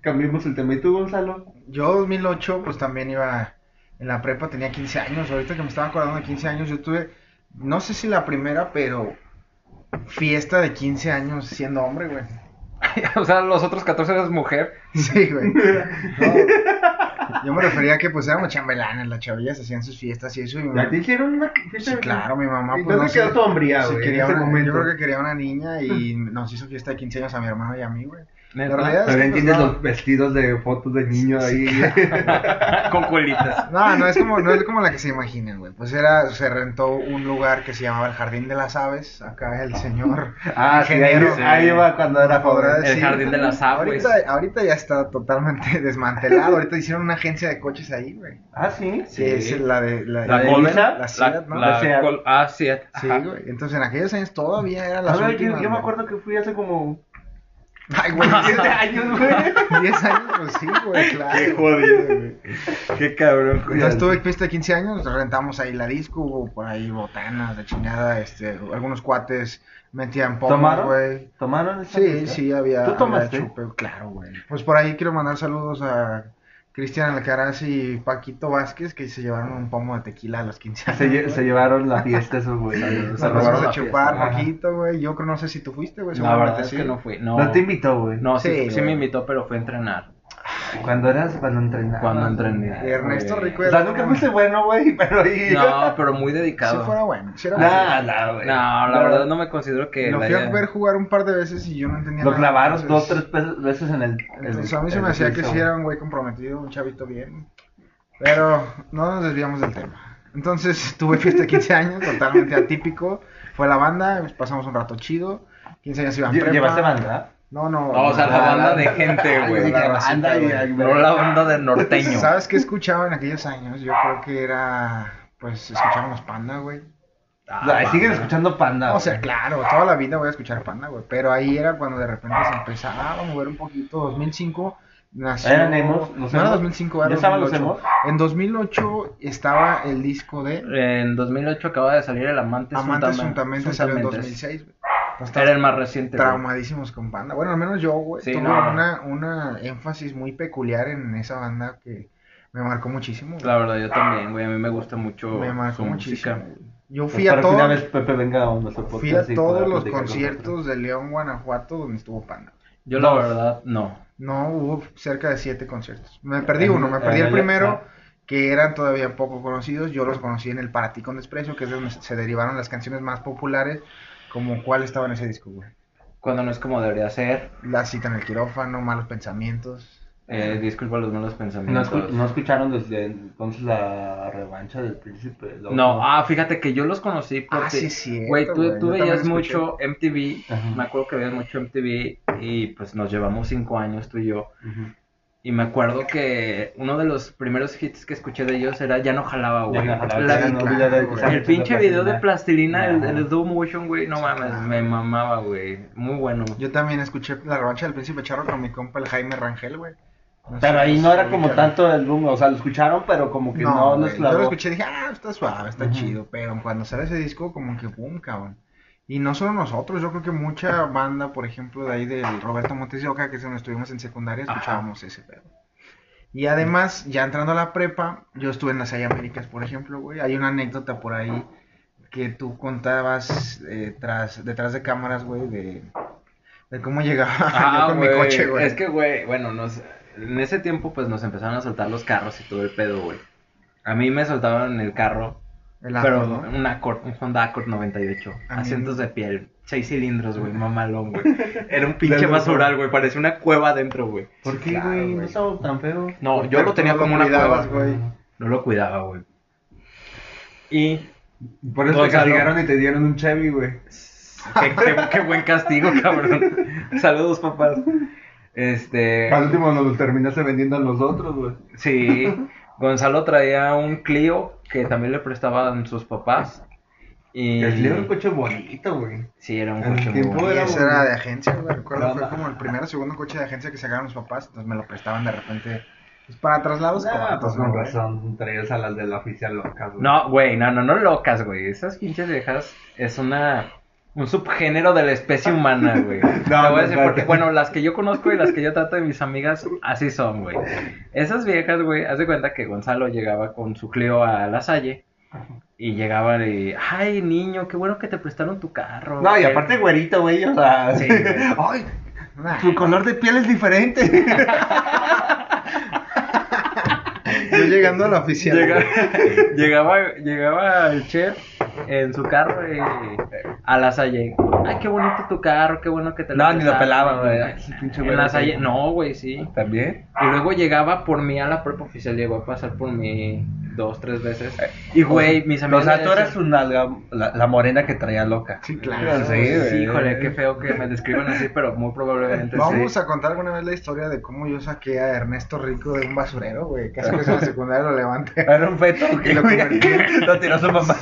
[SPEAKER 3] cambiamos el tema. ¿Y tú, Gonzalo?
[SPEAKER 2] Yo 2008, pues también iba en la prepa, tenía 15 años. Ahorita que me estaba acordando de 15 años, yo tuve, no sé si la primera, pero fiesta de 15 años siendo hombre, güey.
[SPEAKER 1] o sea, los otros 14 eras mujer.
[SPEAKER 2] Sí, güey. No, yo me refería a que pues éramos chambelanes, las chavillas hacían sus fiestas y eso. Y mi
[SPEAKER 3] ¿Ya
[SPEAKER 2] mamá-
[SPEAKER 3] te hicieron una fiesta?
[SPEAKER 2] Sí, claro, mi mamá
[SPEAKER 3] ¿Y
[SPEAKER 2] pues
[SPEAKER 3] dónde
[SPEAKER 2] no
[SPEAKER 3] quedó
[SPEAKER 2] sé,
[SPEAKER 3] tu hombría,
[SPEAKER 2] sí
[SPEAKER 3] güey, en
[SPEAKER 2] quería
[SPEAKER 3] ese
[SPEAKER 2] una-
[SPEAKER 3] momento?
[SPEAKER 2] Yo creo que quería una niña y nos hizo fiesta de 15 años a mi hermano y a mí, güey. La
[SPEAKER 1] ¿Neta?
[SPEAKER 2] realidad es que,
[SPEAKER 3] También
[SPEAKER 2] pues,
[SPEAKER 3] tienes
[SPEAKER 2] no.
[SPEAKER 3] los vestidos de fotos de niño ahí.
[SPEAKER 1] Con colitas.
[SPEAKER 2] No, no es como, no es como la que se imaginan, güey. Pues era, se rentó un lugar que se llamaba el Jardín de las Aves. Acá el señor
[SPEAKER 3] Ah, sí, ahí,
[SPEAKER 2] ingeniero
[SPEAKER 1] sí.
[SPEAKER 3] ahí iba cuando era
[SPEAKER 2] podrá
[SPEAKER 3] joven.
[SPEAKER 1] El
[SPEAKER 2] decir.
[SPEAKER 1] Jardín de las Aves.
[SPEAKER 2] Ahorita, ahorita ya está totalmente desmantelado. Ahorita hicieron una agencia de coches ahí, güey.
[SPEAKER 3] Ah, sí.
[SPEAKER 1] Sí.
[SPEAKER 2] Que es la de la,
[SPEAKER 1] La
[SPEAKER 2] de-
[SPEAKER 1] Golden,
[SPEAKER 3] Lisa,
[SPEAKER 2] la
[SPEAKER 1] la,
[SPEAKER 2] Seat, ¿no?
[SPEAKER 1] la
[SPEAKER 3] Seat.
[SPEAKER 1] Col- ah, Seat,
[SPEAKER 2] Sí,
[SPEAKER 1] ajá.
[SPEAKER 2] güey. Entonces en aquellos años todavía era la
[SPEAKER 3] A ver, yo, yo me acuerdo que fui hace como
[SPEAKER 2] Ay, güey,
[SPEAKER 3] 7
[SPEAKER 2] 10
[SPEAKER 3] años, güey.
[SPEAKER 2] años, pues sí, güey, claro.
[SPEAKER 3] jodido, güey. Qué cabrón, güey.
[SPEAKER 2] Entonces tuve fiesta de 15 años, rentamos ahí la disco, hubo por ahí botanas de chingada, este, algunos cuates metían pomos,
[SPEAKER 3] ¿Tomaron?
[SPEAKER 2] güey.
[SPEAKER 3] ¿Tomaron esa
[SPEAKER 2] Sí,
[SPEAKER 3] fiesta?
[SPEAKER 2] sí, había,
[SPEAKER 3] ¿Tú
[SPEAKER 2] había
[SPEAKER 3] tomaste?
[SPEAKER 2] chupe, claro, güey. Pues por ahí quiero mandar saludos a Cristian Alcaraz y Paquito Vázquez que se llevaron un pomo de tequila a los 15 años.
[SPEAKER 3] Se, lle-
[SPEAKER 2] güey.
[SPEAKER 3] se llevaron la fiesta esos güey.
[SPEAKER 2] Nos
[SPEAKER 3] Se
[SPEAKER 1] Se
[SPEAKER 2] empezamos
[SPEAKER 1] robaron
[SPEAKER 2] a
[SPEAKER 1] la
[SPEAKER 2] chupar,
[SPEAKER 1] fiesta,
[SPEAKER 3] ajá.
[SPEAKER 2] Paquito, güey. Yo creo- no sé si tú fuiste, güey.
[SPEAKER 1] La
[SPEAKER 2] seguramente
[SPEAKER 1] verdad es
[SPEAKER 2] sí.
[SPEAKER 1] que no fui. No,
[SPEAKER 3] No te invitó, güey.
[SPEAKER 1] No, sí,
[SPEAKER 2] Sí,
[SPEAKER 1] sí me
[SPEAKER 2] güey.
[SPEAKER 1] invitó, pero fue a entrenar.
[SPEAKER 3] Cuando eras, cuando entrenabas.
[SPEAKER 1] Cuando entrené.
[SPEAKER 2] Y Ah, Ernesto
[SPEAKER 1] güey.
[SPEAKER 2] Rico
[SPEAKER 3] O sea, nunca fuiste bueno, güey, pero ahí.
[SPEAKER 1] No, pero muy
[SPEAKER 2] Si
[SPEAKER 1] dedicado.
[SPEAKER 2] fuera bueno, si era bueno.
[SPEAKER 3] Nah, nah, güey.
[SPEAKER 1] No, la verdad no me considero que.
[SPEAKER 2] Lo
[SPEAKER 1] la
[SPEAKER 2] fui a
[SPEAKER 1] haya-
[SPEAKER 2] ver jugar un par de veces y yo no entendía
[SPEAKER 3] Lo
[SPEAKER 2] nada,
[SPEAKER 3] clavaron dos,
[SPEAKER 2] entonces-
[SPEAKER 3] tres pe- veces en el. en
[SPEAKER 2] Entonces
[SPEAKER 3] el-
[SPEAKER 2] Pues, a mí se
[SPEAKER 3] en
[SPEAKER 2] me
[SPEAKER 3] el
[SPEAKER 2] hacía que
[SPEAKER 3] piso.
[SPEAKER 2] sí era un güey comprometido, un chavito bien. Pero no nos desviamos del tema. Entonces tuve fiesta de 15 años, totalmente atípico. Fue la banda, pues, pasamos un rato chido. 15 años iban
[SPEAKER 3] Lle-
[SPEAKER 2] prepa.
[SPEAKER 3] ¿Llevaste banda?
[SPEAKER 2] No, no.
[SPEAKER 1] No, o sea, la
[SPEAKER 2] no,
[SPEAKER 1] banda
[SPEAKER 2] no,
[SPEAKER 1] de gente,
[SPEAKER 2] Ay,
[SPEAKER 1] güey.
[SPEAKER 2] dije,
[SPEAKER 1] La-
[SPEAKER 2] banda y-
[SPEAKER 1] No la banda de norteño.
[SPEAKER 2] ¿Sabes qué escuchaba en aquellos años? Yo creo que era. Pues escuchábamos panda, güey.
[SPEAKER 1] Ah,
[SPEAKER 3] O sea, siguen
[SPEAKER 1] va.
[SPEAKER 3] escuchando panda.
[SPEAKER 2] O sea,
[SPEAKER 3] güey.
[SPEAKER 2] claro, toda la vida voy a escuchar panda, güey. Pero ahí era cuando de repente se empezaba a mover un poquito. 2005 nació.
[SPEAKER 3] ¿Eran emos?
[SPEAKER 2] No
[SPEAKER 3] ¿Los
[SPEAKER 2] era
[SPEAKER 3] emos?
[SPEAKER 2] 2005, era
[SPEAKER 3] ¿Ya estaban los
[SPEAKER 2] 2008. En 2008 estaba el disco de
[SPEAKER 1] En 2008 acababa de salir el Amante
[SPEAKER 2] Amantes
[SPEAKER 1] Suntamen-
[SPEAKER 2] Juntamente, salió en
[SPEAKER 1] Suntamentes.
[SPEAKER 2] 2006. güey. Entonces,
[SPEAKER 1] Era el más reciente. güey.
[SPEAKER 2] Traumadísimos con panda. Bueno, al menos yo, güey,
[SPEAKER 1] Sí,
[SPEAKER 2] tuve
[SPEAKER 1] no.
[SPEAKER 2] una, una énfasis muy peculiar en esa banda que me marcó muchísimo. güey.
[SPEAKER 1] La verdad, yo también, güey. A mí me gusta mucho
[SPEAKER 2] Me marcó
[SPEAKER 1] su música.
[SPEAKER 2] muchísimo. Yo
[SPEAKER 3] Pues
[SPEAKER 2] fui a
[SPEAKER 3] espero que una vez
[SPEAKER 2] todos.
[SPEAKER 3] Pepe venga a nuestro podcast
[SPEAKER 2] Fui a
[SPEAKER 3] y
[SPEAKER 2] todos los
[SPEAKER 3] pueda platicar con nosotros.
[SPEAKER 2] conciertos de León, Guanajuato, donde estuvo Panda.
[SPEAKER 1] Yo,
[SPEAKER 3] Dos.
[SPEAKER 1] la verdad, no.
[SPEAKER 2] No, hubo cerca de siete conciertos. Me perdí
[SPEAKER 3] En-
[SPEAKER 2] uno, me
[SPEAKER 3] en
[SPEAKER 2] perdí el
[SPEAKER 3] el-
[SPEAKER 2] primero,
[SPEAKER 3] ah.
[SPEAKER 2] que eran todavía poco conocidos. Yo los conocí en el Para ti con desprecio, que es de donde se derivaron las canciones más populares, como cuál estaba en ese disco, güey.
[SPEAKER 1] Cuando no es como debería ser.
[SPEAKER 2] La cita en el quirófano, malos pensamientos.
[SPEAKER 1] Eh, disculpa los malos
[SPEAKER 3] ¿No,
[SPEAKER 1] pensamientos.
[SPEAKER 3] escu- no escucharon desde entonces la revancha del príncipe? Loco?
[SPEAKER 1] No, ah, fíjate que yo los conocí porque,
[SPEAKER 2] Ah, sí, es cierto,
[SPEAKER 1] güey, tú,
[SPEAKER 2] güey,
[SPEAKER 1] tú
[SPEAKER 2] yo también
[SPEAKER 1] veías
[SPEAKER 2] escuché.
[SPEAKER 1] mucho MTV,
[SPEAKER 3] Ajá.
[SPEAKER 1] me acuerdo que veías mucho MTV y pues nos llevamos cinco años tú y yo.
[SPEAKER 3] Ujú.
[SPEAKER 1] Y me acuerdo que uno de los primeros hits que escuché de ellos era Ya no jalaba, güey.
[SPEAKER 3] Ya, la-
[SPEAKER 1] La-
[SPEAKER 3] ya no,
[SPEAKER 2] claro,
[SPEAKER 3] ya la-
[SPEAKER 2] güey.
[SPEAKER 3] ya la-
[SPEAKER 1] el pinche video de plastilina, el,
[SPEAKER 3] Ajá.
[SPEAKER 1] el slow motion, güey, no mames, me mamaba, güey. Muy bueno.
[SPEAKER 2] Yo también escuché la revancha del Príncipe Charro con mi compa el Jaime Rangel, güey. No sé,
[SPEAKER 3] Pero ahí no
[SPEAKER 2] pues,
[SPEAKER 3] era como
[SPEAKER 2] ubícalo.
[SPEAKER 3] tanto el boom, o sea, lo escucharon, pero como que
[SPEAKER 2] No,
[SPEAKER 3] no,
[SPEAKER 2] güey,
[SPEAKER 3] les
[SPEAKER 2] yo lo
[SPEAKER 3] clavó.
[SPEAKER 2] escuché y dije, ah, está suave, está
[SPEAKER 3] Ujú.
[SPEAKER 2] chido. Pero cuando sale ese disco, como que boom, cabrón. Y no solo nosotros, yo creo que mucha banda, por ejemplo, de ahí del Roberto Montes de Oca, que es donde estuvimos en secundaria,
[SPEAKER 1] Ajá.
[SPEAKER 2] escuchábamos ese pedo. Y además, ya entrando a la prepa, yo estuve en las Hay Américas, por ejemplo, güey. Hay una anécdota por ahí que tú contabas eh, tras, detrás de cámaras, güey, de, de cómo llegaba yo con mi
[SPEAKER 1] Ah, güey,
[SPEAKER 2] coche, güey.
[SPEAKER 1] Es que, güey, bueno, nos, en ese tiempo pues nos empezaron a soltar los carros y todo el pedo, güey. A mí me soltaban en el carro
[SPEAKER 2] El
[SPEAKER 1] pero
[SPEAKER 2] Accord, ¿no?
[SPEAKER 1] un Accord, un Honda Accord 98,
[SPEAKER 2] A mí
[SPEAKER 1] asientos de piel. seis cilindros, güey, mamalón, güey. Era un pinche basural, güey, parecía una cueva adentro, güey.
[SPEAKER 3] ¿Por qué,
[SPEAKER 2] claro,
[SPEAKER 3] güey? no
[SPEAKER 2] güey.
[SPEAKER 3] estaba tan feo.
[SPEAKER 1] No,
[SPEAKER 2] Porque
[SPEAKER 1] yo lo
[SPEAKER 2] tú
[SPEAKER 1] tenía
[SPEAKER 2] no
[SPEAKER 1] como una
[SPEAKER 2] cuidabas,
[SPEAKER 1] cueva.
[SPEAKER 2] güey.
[SPEAKER 1] No lo cuidaba, güey. Y
[SPEAKER 3] Por eso te
[SPEAKER 1] Gonzalo.
[SPEAKER 3] castigaron y te dieron un Chevy, güey.
[SPEAKER 1] qué, qué- qué buen castigo, cabrón. Saludos, papás. Este,
[SPEAKER 3] Al último nos lo terminaste vendiendo a nosotros, güey.
[SPEAKER 1] sí, Gonzalo traía un Clio que también le prestaban sus papás. Y
[SPEAKER 3] El Clio era un coche bonito, güey.
[SPEAKER 1] Sí, era un
[SPEAKER 3] En
[SPEAKER 1] coche
[SPEAKER 3] el
[SPEAKER 1] muy
[SPEAKER 3] tiempo
[SPEAKER 1] bonito.
[SPEAKER 2] Y
[SPEAKER 3] era
[SPEAKER 2] ese
[SPEAKER 3] un-
[SPEAKER 2] era de agencia, güey. Recuerdo,
[SPEAKER 3] No,
[SPEAKER 2] fue
[SPEAKER 3] no.
[SPEAKER 2] como el primero o segundo coche de agencia que sacaron mis papás. Entonces me lo prestaban de repente pues, para traslados
[SPEAKER 3] Ah,
[SPEAKER 2] cortos,
[SPEAKER 3] pues con
[SPEAKER 2] ¿no, güey?
[SPEAKER 3] razón, traías a las de la oficial loca, güey.
[SPEAKER 1] No, güey, no, no, no locas, güey. Esas pinches viejas es una un subgénero de la especie humana, güey. Te voy a decir
[SPEAKER 3] no,
[SPEAKER 1] porque,
[SPEAKER 3] no.
[SPEAKER 1] bueno, las que yo conozco y las que yo trato de mis amigas, así son, güey. Esas viejas, güey, haz de cuenta que Gonzalo llegaba con su Cleo a la Salle y llegaba y, ay, niño, qué bueno que te prestaron tu carro.
[SPEAKER 3] No, y
[SPEAKER 1] Qué-
[SPEAKER 3] aparte güerito, güey, o sea...
[SPEAKER 1] Sí, güey.
[SPEAKER 3] Ay,
[SPEAKER 2] Nah.
[SPEAKER 3] su color de piel es diferente.
[SPEAKER 2] Yo llegando a la oficina.
[SPEAKER 1] Llega- llegaba, llegaba el chef en su carro y a la Salle. Ay, qué bonito tu carro, qué bueno que te lo
[SPEAKER 3] No, ni lo
[SPEAKER 1] prestaron".
[SPEAKER 3] pelaban, güey. Ay, ese pinche güey.
[SPEAKER 1] En la Salle, no, güey, sí.
[SPEAKER 3] ¿También?
[SPEAKER 1] Y luego llegaba por mí a la prepa oficial, llegó a pasar por mí dos, tres veces. Y güey, mis amigos.
[SPEAKER 4] O sea, tú
[SPEAKER 1] me
[SPEAKER 4] eras
[SPEAKER 1] decían,
[SPEAKER 4] su nalga, la, la morena que traía loca.
[SPEAKER 2] Sí, claro.
[SPEAKER 3] Sí, güey.
[SPEAKER 1] híjole, qué feo que me describan así, pero muy probablemente
[SPEAKER 2] Vamos
[SPEAKER 1] sí.
[SPEAKER 2] a contar alguna vez la historia de cómo yo saqué a Ernesto Rico de un basurero, güey. Casi que en la secundaria lo levanté.
[SPEAKER 4] Era un feto que
[SPEAKER 2] Lo
[SPEAKER 4] lo,
[SPEAKER 2] convertí.
[SPEAKER 4] lo tiró su mamá.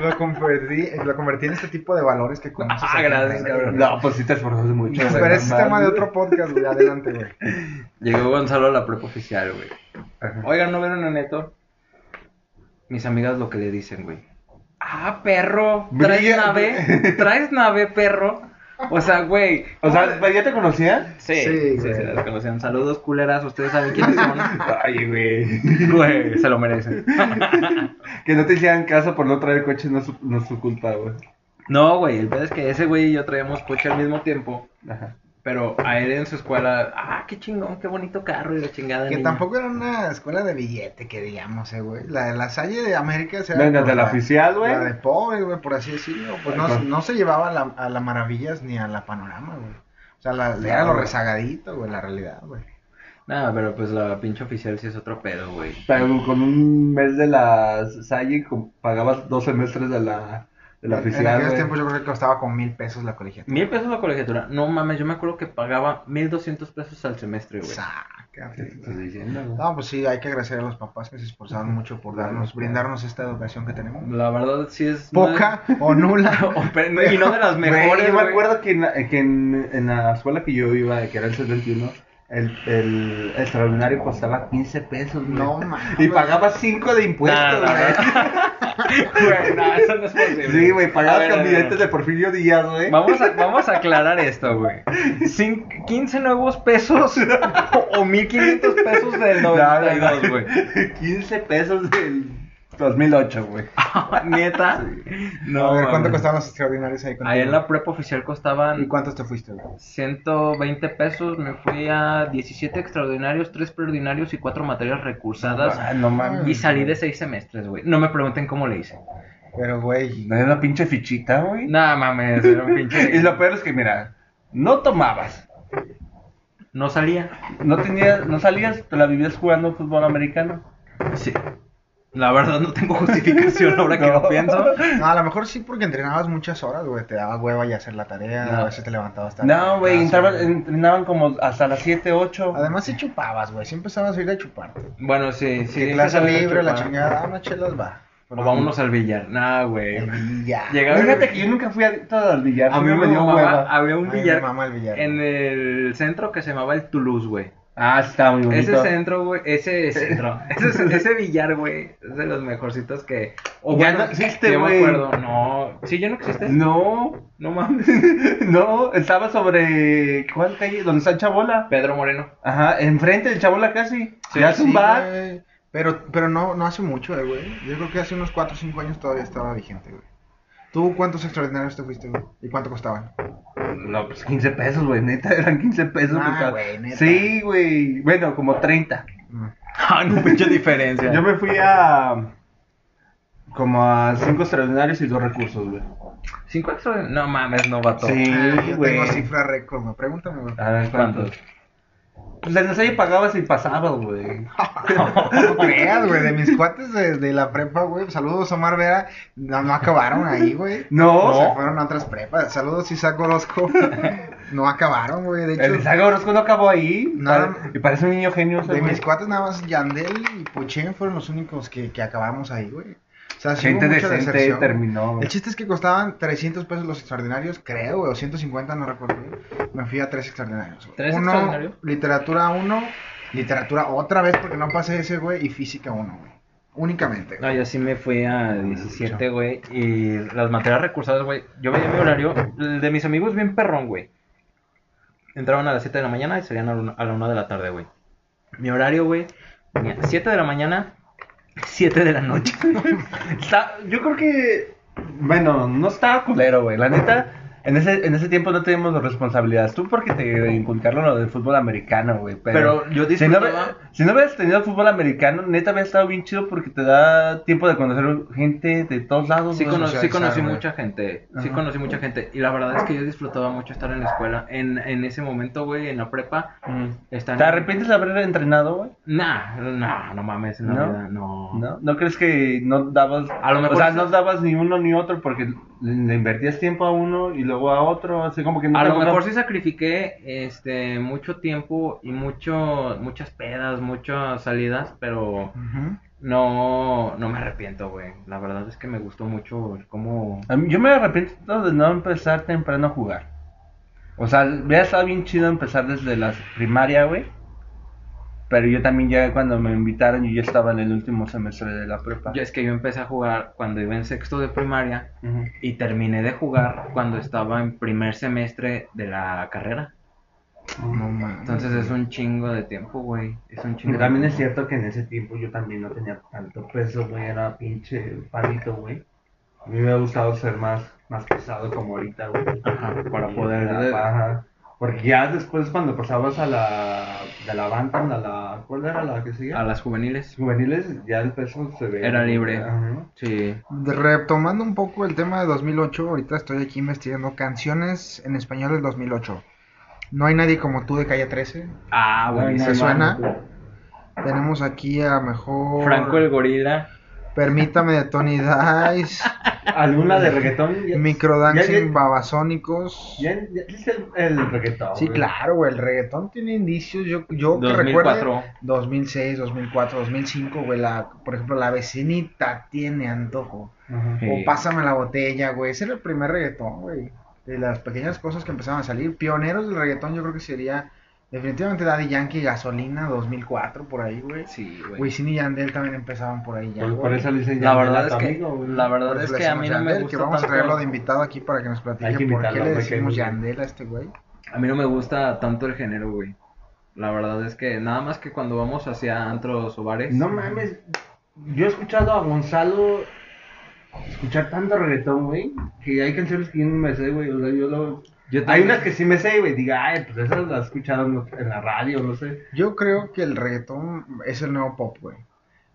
[SPEAKER 2] Lo convertí, lo convertí en este tipo de valores que conoces.
[SPEAKER 1] Ah,
[SPEAKER 2] aquí en
[SPEAKER 1] gracias,
[SPEAKER 2] México,
[SPEAKER 1] cabrón.
[SPEAKER 2] güey.
[SPEAKER 3] No, pues sí te esforzaste mucho. güey,
[SPEAKER 2] Pero ese es
[SPEAKER 3] no
[SPEAKER 2] tema de
[SPEAKER 3] mames.
[SPEAKER 2] otro podcast, güey. Adelante, güey.
[SPEAKER 1] Llegó Gonzalo a la prepa oficial, güey.
[SPEAKER 3] Ajá.
[SPEAKER 1] Oigan, ¿no vieron a Neto? Mis amigas lo que le dicen, güey. Ah, perro, traes
[SPEAKER 3] Brilla-
[SPEAKER 1] nave, traes nave, perro. O sea, güey.
[SPEAKER 3] O sea, ¿ya te conocía?
[SPEAKER 1] Sí,
[SPEAKER 2] Sí,
[SPEAKER 1] sí,
[SPEAKER 2] güey.
[SPEAKER 1] sí, las conocían. Saludos, culeras, ustedes saben quiénes son.
[SPEAKER 3] Ay, güey.
[SPEAKER 1] Güey, se lo merecen.
[SPEAKER 3] Que no te hicieran caso por no traer coche no es su, no es su culpa, güey.
[SPEAKER 1] No, güey, el pedo es que ese güey y yo traíamos coche al mismo tiempo,
[SPEAKER 3] Ajá.
[SPEAKER 1] pero a él en su escuela, ah, qué chingón, qué bonito carro y la chingada.
[SPEAKER 2] Que
[SPEAKER 1] niña.
[SPEAKER 2] tampoco era una escuela de billete, que digamos, eh, güey. La de la Salle de América era
[SPEAKER 3] Venga,
[SPEAKER 2] como
[SPEAKER 3] de la oficial, güey.
[SPEAKER 2] La de pobre, güey, por así decirlo. Pues no,
[SPEAKER 3] Ajá.
[SPEAKER 2] no se llevaba a la, a la Maravillas ni a la Panorama, güey. O sea, la,
[SPEAKER 3] Claro,
[SPEAKER 2] era lo
[SPEAKER 3] güey.
[SPEAKER 2] rezagadito, güey, la realidad, güey.
[SPEAKER 1] Nada, pero pues la pinche oficial sí es otro pedo, güey.
[SPEAKER 3] Pero con un mes de la Salle com- pagabas dos semestres de la, de la
[SPEAKER 2] En- en
[SPEAKER 3] oficial,
[SPEAKER 2] aquellos
[SPEAKER 3] güey.
[SPEAKER 2] tiempos yo creo que costaba con mil pesos la colegiatura.
[SPEAKER 1] Mil pesos la colegiatura. No mames, yo me acuerdo que pagaba mil doscientos pesos al semestre, güey.
[SPEAKER 2] Sácate.
[SPEAKER 3] ¿Qué te estoy diciendo, güey?
[SPEAKER 2] No, pues sí, hay que agradecer a los papás que se esforzaron mucho por darnos, brindarnos esta educación que tenemos.
[SPEAKER 1] La verdad sí es...
[SPEAKER 2] Poca o nula.
[SPEAKER 1] O pe- y no de las
[SPEAKER 3] Güey,
[SPEAKER 1] mejores,
[SPEAKER 3] yo me
[SPEAKER 1] güey.
[SPEAKER 3] acuerdo que, en, la- que en, en la escuela que yo iba, que era el 71, el, el extraordinario costaba 15 pesos, güey.
[SPEAKER 2] No, mames.
[SPEAKER 3] Y pagaba 5 de impuestos,
[SPEAKER 1] Nah, nah,
[SPEAKER 3] güey.
[SPEAKER 1] Güey, no, eso no es posible.
[SPEAKER 3] Sí, güey,
[SPEAKER 1] A
[SPEAKER 3] pagaba
[SPEAKER 1] ver, a ver, a ver.
[SPEAKER 3] candidates de Porfirio Díaz, güey.
[SPEAKER 1] Vamos a, vamos a aclarar esto, güey. Cin- 15 nuevos pesos o, o 1500 pesos del
[SPEAKER 3] No, no, no.
[SPEAKER 1] 92, güey.
[SPEAKER 3] 15 pesos del 2008, güey.
[SPEAKER 1] Neta.
[SPEAKER 2] No, a ver, ¿cuánto
[SPEAKER 1] mames.
[SPEAKER 2] costaban los extraordinarios ahí?
[SPEAKER 1] Ahí en
[SPEAKER 2] contigo?
[SPEAKER 1] la prepa oficial
[SPEAKER 2] ¿Y
[SPEAKER 1] costaban
[SPEAKER 2] cuántos te fuiste, güey?
[SPEAKER 1] 120 pesos. Me fui a 17 extraordinarios, 3 preordinarios y 4 materias recursadas.
[SPEAKER 3] Ah, no
[SPEAKER 1] Y salí de 6 semestres, güey. No me pregunten cómo le hice.
[SPEAKER 2] Pero, güey,
[SPEAKER 3] No era una pinche fichita, güey.
[SPEAKER 1] Nada mames, era un pinche.
[SPEAKER 3] Y lo peor es que, mira, no tomabas,
[SPEAKER 1] No salía.
[SPEAKER 3] no tenías, no salías, te la vivías jugando fútbol americano.
[SPEAKER 1] Sí. La verdad no tengo justificación ahora que lo
[SPEAKER 3] No.
[SPEAKER 1] pienso.
[SPEAKER 2] no, a lo mejor sí porque entrenabas muchas horas, güey. Te daba hueva y hacer la tarea,
[SPEAKER 3] No.
[SPEAKER 2] a veces te levantabas tarde.
[SPEAKER 3] No, güey,
[SPEAKER 2] Ah, sí,
[SPEAKER 3] entraban- entrenaban como hasta las 7, 8.
[SPEAKER 2] Además, sí chupabas, güey. Sí empezabas a ir a chuparte.
[SPEAKER 1] Bueno, sí, sí.
[SPEAKER 2] Que clase
[SPEAKER 1] empezaba a
[SPEAKER 2] libre, la
[SPEAKER 1] chupar.
[SPEAKER 2] chingada. Ah, unas chelas va.
[SPEAKER 1] O vámonos al billar. Nah, güey.
[SPEAKER 2] Y ya.
[SPEAKER 1] Llegaba-
[SPEAKER 3] Fíjate que yo nunca fui adicto al billar.
[SPEAKER 1] A mí
[SPEAKER 3] siempre
[SPEAKER 1] me dio
[SPEAKER 3] hueva.
[SPEAKER 1] Había un
[SPEAKER 2] A mí me
[SPEAKER 1] billar,
[SPEAKER 2] mama el billar.
[SPEAKER 1] en el centro que se llamaba el Toulouse, güey.
[SPEAKER 3] Ah, está muy bonito.
[SPEAKER 1] Ese centro, güey. Ese centro. ese, ese billar, güey. Es de los mejorcitos que. O
[SPEAKER 3] Ya
[SPEAKER 1] bueno,
[SPEAKER 3] no existe,
[SPEAKER 1] yo me
[SPEAKER 3] güey.
[SPEAKER 1] acuerdo. No. Sí, ya no existe.
[SPEAKER 3] No,
[SPEAKER 1] No mames.
[SPEAKER 3] no, estaba sobre. ¿Cuál calle? ¿Dónde está el Chabola?
[SPEAKER 1] Pedro Moreno.
[SPEAKER 3] Ajá, enfrente del Chabola casi.
[SPEAKER 1] Sí,
[SPEAKER 3] ya es un
[SPEAKER 2] Sí,
[SPEAKER 3] bar.
[SPEAKER 2] güey. Pero, pero no, no hace mucho, eh, güey. Yo creo que hace unos 4 o 5 años todavía estaba vigente, güey. ¿Tú cuántos extraordinarios te fuiste, güey? ¿Y cuánto costaban?
[SPEAKER 3] No, pues 15 pesos, güey, neta, eran 15 pesos.
[SPEAKER 2] Ah,
[SPEAKER 3] por cada-
[SPEAKER 2] güey, neta.
[SPEAKER 3] Sí, güey, bueno, como 30.
[SPEAKER 2] Mm.
[SPEAKER 1] Ah, no, mucha diferencia.
[SPEAKER 3] Yo me fui a. Como a 5 extraordinarios y dos recursos, güey.
[SPEAKER 1] ¿50? No mames, no vato.
[SPEAKER 3] Sí,
[SPEAKER 2] Ah, yo
[SPEAKER 3] güey.
[SPEAKER 2] tengo cifra récord, güey. Pregúntame, güey.
[SPEAKER 3] A ver, ¿cuántos?
[SPEAKER 1] ¿Cuántos?
[SPEAKER 4] Pues en ese pagabas y pasabas, güey.
[SPEAKER 2] No creas, güey. De mis cuates de, de la prepa, güey. Saludos, Omar Vera. No, no acabaron ahí, güey.
[SPEAKER 3] No.
[SPEAKER 2] Se fueron a otras prepas. Saludos, Isaac Orozco. No acabaron, güey. De
[SPEAKER 3] El
[SPEAKER 2] hecho,
[SPEAKER 3] Isaac Orozco no acabó ahí.
[SPEAKER 2] No.
[SPEAKER 3] Pare- Y parece un niño genio. ese
[SPEAKER 2] de
[SPEAKER 3] güey.
[SPEAKER 2] mis cuates nada más Yandel y Pochen fueron los únicos que, que acabamos ahí, güey. O sea, sí hubo
[SPEAKER 3] Gente
[SPEAKER 2] mucha
[SPEAKER 3] decente
[SPEAKER 2] deserción.
[SPEAKER 3] terminó.
[SPEAKER 2] El chiste es que costaban 300 pesos los extraordinarios, creo, güey, o 150, no recuerdo. bien. Me fui a tres extraordinarios. güey.
[SPEAKER 1] ¿Tres
[SPEAKER 2] uno,
[SPEAKER 1] extraordinarios?
[SPEAKER 2] Literatura 1, literatura otra vez porque no pasé ese, güey, y física 1, güey. Únicamente. güey.
[SPEAKER 1] No, yo sí me fui a 17, güey. Y las materias recursadas, güey. Yo veía mi horario. El de mis amigos, bien perrón, güey. Entraban a las 7 de la mañana y salían a la una- a la 1 de la tarde, güey. Mi horario, güey. tenía 7 de la mañana, 7 de la noche.
[SPEAKER 4] Está- yo creo que. Bueno, no estaba culero, güey. La neta, en ese, en ese tiempo no teníamos responsabilidades. Tú porque te inculcaron lo del fútbol americano, güey. Pero,
[SPEAKER 1] Pero yo
[SPEAKER 4] si, no,
[SPEAKER 1] disfrutaba.
[SPEAKER 4] hubie- si no hubieras tenido fútbol americano, neta había estado bien chido porque te da tiempo de conocer gente de todos lados.
[SPEAKER 1] Sí,
[SPEAKER 4] güey.
[SPEAKER 1] cono- sí
[SPEAKER 2] socializar,
[SPEAKER 1] conocí
[SPEAKER 2] güey.
[SPEAKER 1] mucha gente, sí
[SPEAKER 4] Ajá.
[SPEAKER 1] conocí mucha gente. Y la verdad es que yo disfrutaba mucho estar en la escuela. En, en ese momento, güey, en la prepa,
[SPEAKER 4] Mm.
[SPEAKER 1] estar...
[SPEAKER 4] ¿Te arrepientes de haber entrenado, güey?
[SPEAKER 1] Nah, nah, no mames, en la
[SPEAKER 4] ¿No?
[SPEAKER 1] vida, no.
[SPEAKER 4] ¿No? ¿No crees que no dabas...
[SPEAKER 1] A lo mejor
[SPEAKER 4] O sea,
[SPEAKER 1] sí.
[SPEAKER 4] no dabas ni uno ni otro porque le, le invertías tiempo a uno y luego a otro, así como que no
[SPEAKER 1] A
[SPEAKER 4] te
[SPEAKER 1] lo
[SPEAKER 4] acuerdas-
[SPEAKER 1] mejor sí sacrifiqué este mucho tiempo y mucho muchas pedas, muchas salidas, pero
[SPEAKER 2] Ujú.
[SPEAKER 1] no no me arrepiento, güey. La verdad es que me gustó mucho el cómo
[SPEAKER 4] A mí- Yo me arrepiento de no empezar temprano a jugar. O sea, hubiera estado bien chido empezar desde la primaria, güey. Pero yo también ya cuando me invitaron, yo ya estaba en el último semestre de la prepa.
[SPEAKER 1] yo es que yo empecé a jugar cuando iba en sexto de primaria
[SPEAKER 4] Ujú.
[SPEAKER 1] y terminé de jugar cuando estaba en primer semestre de la carrera.
[SPEAKER 2] No mames.
[SPEAKER 1] Entonces es un chingo de tiempo, güey. Es un chingo.
[SPEAKER 3] Pero
[SPEAKER 1] de
[SPEAKER 3] también es
[SPEAKER 1] tiempo.
[SPEAKER 3] cierto que en ese tiempo yo también no tenía tanto peso, güey, era pinche palito, güey. A mí me ha gustado ser más, más pesado como ahorita, güey.
[SPEAKER 1] Ajá, para
[SPEAKER 3] Y
[SPEAKER 1] poder
[SPEAKER 3] la paja. Porque ya después cuando pasabas a la, de la banca, a la, ¿cuál era la que seguía?
[SPEAKER 1] a las juveniles.
[SPEAKER 3] juveniles, ya el peso se ve.
[SPEAKER 1] Era libre.
[SPEAKER 3] Ajá.
[SPEAKER 1] Sí.
[SPEAKER 2] De- Retomando un poco el tema de 2008, ahorita estoy aquí investigando canciones en español del 2008. No hay nadie como tú de calle 13.
[SPEAKER 1] Ah,
[SPEAKER 3] Ay,
[SPEAKER 1] buenísimo.
[SPEAKER 2] ¿Se suena?
[SPEAKER 3] mames,
[SPEAKER 2] Tenemos aquí a mejor.
[SPEAKER 1] Franco el gorila.
[SPEAKER 2] Permítame de Tony Dice.
[SPEAKER 3] ¿Alguna de reggaetón? Ya-
[SPEAKER 2] Microdancing
[SPEAKER 3] ya-
[SPEAKER 2] babasónicos.
[SPEAKER 3] ya- ya- ya existe el, el reggaetón.
[SPEAKER 2] Sí,
[SPEAKER 3] güey.
[SPEAKER 2] claro, güey. El reggaetón tiene indicios. Yo, yo que
[SPEAKER 1] 2004.
[SPEAKER 2] recuerde. 2006, 2004, 2005, güey. La, por ejemplo, la vecinita tiene antojo.
[SPEAKER 3] Ajá.
[SPEAKER 1] Sí.
[SPEAKER 2] O pásame la botella, güey. Ese era el primer reggaetón, güey. De las pequeñas cosas que empezaban a salir. Pioneros del reggaetón, yo creo que sería. Definitivamente Daddy Yankee, Gasolina, 2004, por ahí, güey.
[SPEAKER 1] Sí, güey.
[SPEAKER 2] Wisin y Yandel también empezaban por ahí ya.
[SPEAKER 3] Por, por
[SPEAKER 2] güey.
[SPEAKER 3] eso le dicen
[SPEAKER 1] La
[SPEAKER 3] ya,
[SPEAKER 1] verdad
[SPEAKER 3] ya
[SPEAKER 1] es
[SPEAKER 3] tu
[SPEAKER 1] que,
[SPEAKER 3] amigo, güey.
[SPEAKER 1] la
[SPEAKER 2] Por
[SPEAKER 1] verdad es
[SPEAKER 2] eso le
[SPEAKER 1] que a
[SPEAKER 2] decimos
[SPEAKER 1] mí no me
[SPEAKER 2] Yandel,
[SPEAKER 1] gusta
[SPEAKER 2] que vamos
[SPEAKER 1] tanto,
[SPEAKER 2] a traerlo de invitado aquí para que nos
[SPEAKER 3] Hay
[SPEAKER 2] platique
[SPEAKER 3] que
[SPEAKER 2] por qué
[SPEAKER 3] invitarlo,
[SPEAKER 2] le
[SPEAKER 3] güey, que
[SPEAKER 2] decimos
[SPEAKER 3] hay-
[SPEAKER 2] Yandel a este güey.
[SPEAKER 1] a mí no me gusta tanto el género, güey. La verdad es que nada más que cuando vamos hacia antros o bares.
[SPEAKER 3] No mames, yo he escuchado a Gonzalo escuchar tanto reggaetón, güey, que hay canciones que yo no me sé, güey, o sea, yo lo...
[SPEAKER 1] Yo
[SPEAKER 3] Hay
[SPEAKER 1] también-
[SPEAKER 3] unas que sí me sé, güey, diga, ay, pues esas las he escuchado en en la radio, no sé.
[SPEAKER 2] Yo creo que el reggaetón es el nuevo pop, güey.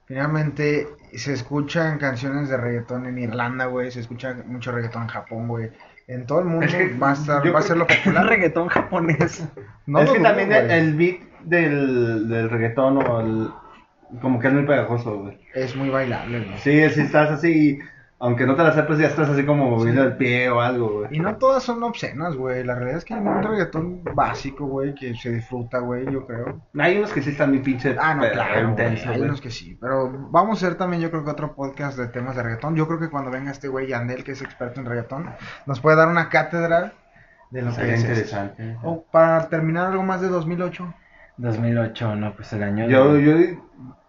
[SPEAKER 2] Finalmente se escuchan canciones de reggaetón en Irlanda, güey. Se escucha mucho reggaetón en Japón, güey. En todo el mundo
[SPEAKER 3] Es que
[SPEAKER 2] va a estar,
[SPEAKER 3] yo
[SPEAKER 2] va a
[SPEAKER 3] creo-
[SPEAKER 2] ser lo
[SPEAKER 1] Un
[SPEAKER 2] popular.
[SPEAKER 1] reggaetón japonés.
[SPEAKER 2] No
[SPEAKER 3] es
[SPEAKER 2] lo
[SPEAKER 3] que
[SPEAKER 2] dudo,
[SPEAKER 3] también el,
[SPEAKER 2] güey.
[SPEAKER 3] el beat del, del reggaetón o el... como que es muy pegajoso, güey.
[SPEAKER 2] es muy bailable, güey.
[SPEAKER 3] Sí, si estás así, aunque no te la sepas, ya estás así como moviendo el pie o algo, güey.
[SPEAKER 2] Y no todas son obscenas, güey. La realidad es que hay un reggaetón básico, güey, que se disfruta, güey, yo creo.
[SPEAKER 3] Hay unos que sí están muy pinche
[SPEAKER 2] Ah, no,
[SPEAKER 3] pero
[SPEAKER 2] claro. güey.
[SPEAKER 3] intensos,
[SPEAKER 2] Hay
[SPEAKER 3] güey.
[SPEAKER 2] unos que sí. Pero vamos a hacer también, yo creo que otro podcast de temas de reggaetón. Yo creo que cuando venga este güey Yandel, que es experto en reggaetón, nos puede dar una cátedra de lo que
[SPEAKER 3] Sería
[SPEAKER 2] es esto.
[SPEAKER 3] interesante.
[SPEAKER 2] O para terminar algo más de 2008.
[SPEAKER 1] 2008, no, pues el año.
[SPEAKER 3] Yo, yo,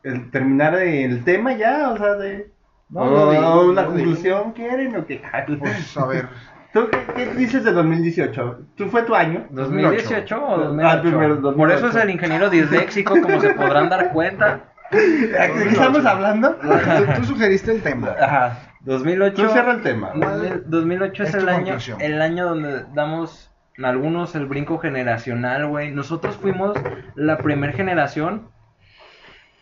[SPEAKER 3] el terminar el tema ya, o sea, de.
[SPEAKER 2] No,
[SPEAKER 3] o-
[SPEAKER 2] no digo,
[SPEAKER 3] o ¿Una
[SPEAKER 2] no digo.
[SPEAKER 3] conclusión quieren o qué?
[SPEAKER 2] Pues a ver.
[SPEAKER 3] ¿Tú qué, qué dices de 2018? ¿Tú fue tu año?
[SPEAKER 1] 2018 o
[SPEAKER 3] Ah,
[SPEAKER 1] 2008.
[SPEAKER 3] primero,
[SPEAKER 1] Por
[SPEAKER 3] 2008.
[SPEAKER 1] eso es el ingeniero disléxico, como se podrán dar cuenta.
[SPEAKER 3] ¿De qué estamos hablando?
[SPEAKER 2] Tú, tú sugeriste el tema.
[SPEAKER 3] Ajá.
[SPEAKER 1] 2008.
[SPEAKER 3] Tú Pues cierra el tema.
[SPEAKER 1] 2000- 2008 es,
[SPEAKER 2] Es tu
[SPEAKER 1] el año
[SPEAKER 2] conclusión.
[SPEAKER 1] el año donde damos algunos el brinco generacional, güey. Nosotros fuimos la primer generación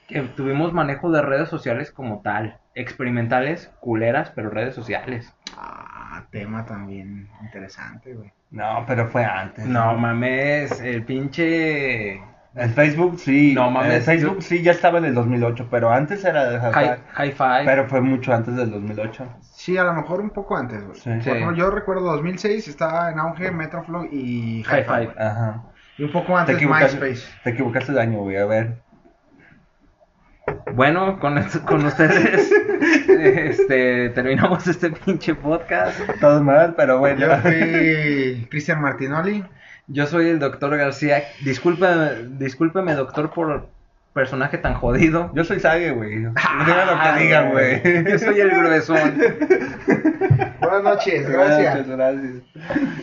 [SPEAKER 1] que tuvimos manejo de redes sociales como tal, experimentales, culeras, pero redes sociales.
[SPEAKER 2] Ah, tema también interesante, güey.
[SPEAKER 3] No, pero fue antes.
[SPEAKER 1] No mames, el pinche.
[SPEAKER 3] El Facebook sí.
[SPEAKER 1] No mames,
[SPEAKER 3] El Facebook
[SPEAKER 1] yo-
[SPEAKER 3] sí ya estaba en el 2008, pero antes era de
[SPEAKER 1] Hi-
[SPEAKER 3] Jaja.
[SPEAKER 1] Hi-Fi. Hi
[SPEAKER 3] Pero fue mucho antes del 2008.
[SPEAKER 2] Sí, a lo mejor un poco antes, güey.
[SPEAKER 3] Sí.
[SPEAKER 2] Por ejemplo, yo recuerdo 2006 estaba en auge Metroflow y
[SPEAKER 1] Hi-Fi.
[SPEAKER 2] Hi-Fi. güey.
[SPEAKER 3] Ajá.
[SPEAKER 2] Y un poco
[SPEAKER 3] Te
[SPEAKER 2] antes
[SPEAKER 3] equivocaste,
[SPEAKER 2] MySpace.
[SPEAKER 3] te equivocaste de año, güey. A ver.
[SPEAKER 1] Bueno, con, esto- con ustedes este, terminamos este pinche podcast.
[SPEAKER 3] Todo mal, pero bueno.
[SPEAKER 2] Yo fui Cristian Martinoli.
[SPEAKER 1] Yo soy el doctor García. Discúlpeme, discúlpeme doctor, por personaje tan jodido.
[SPEAKER 3] Yo soy Sage, güey. Diga lo que diga, güey.
[SPEAKER 1] Yo soy el gruesón.
[SPEAKER 2] Buenas noches, gracias.
[SPEAKER 3] Gracias, gracias.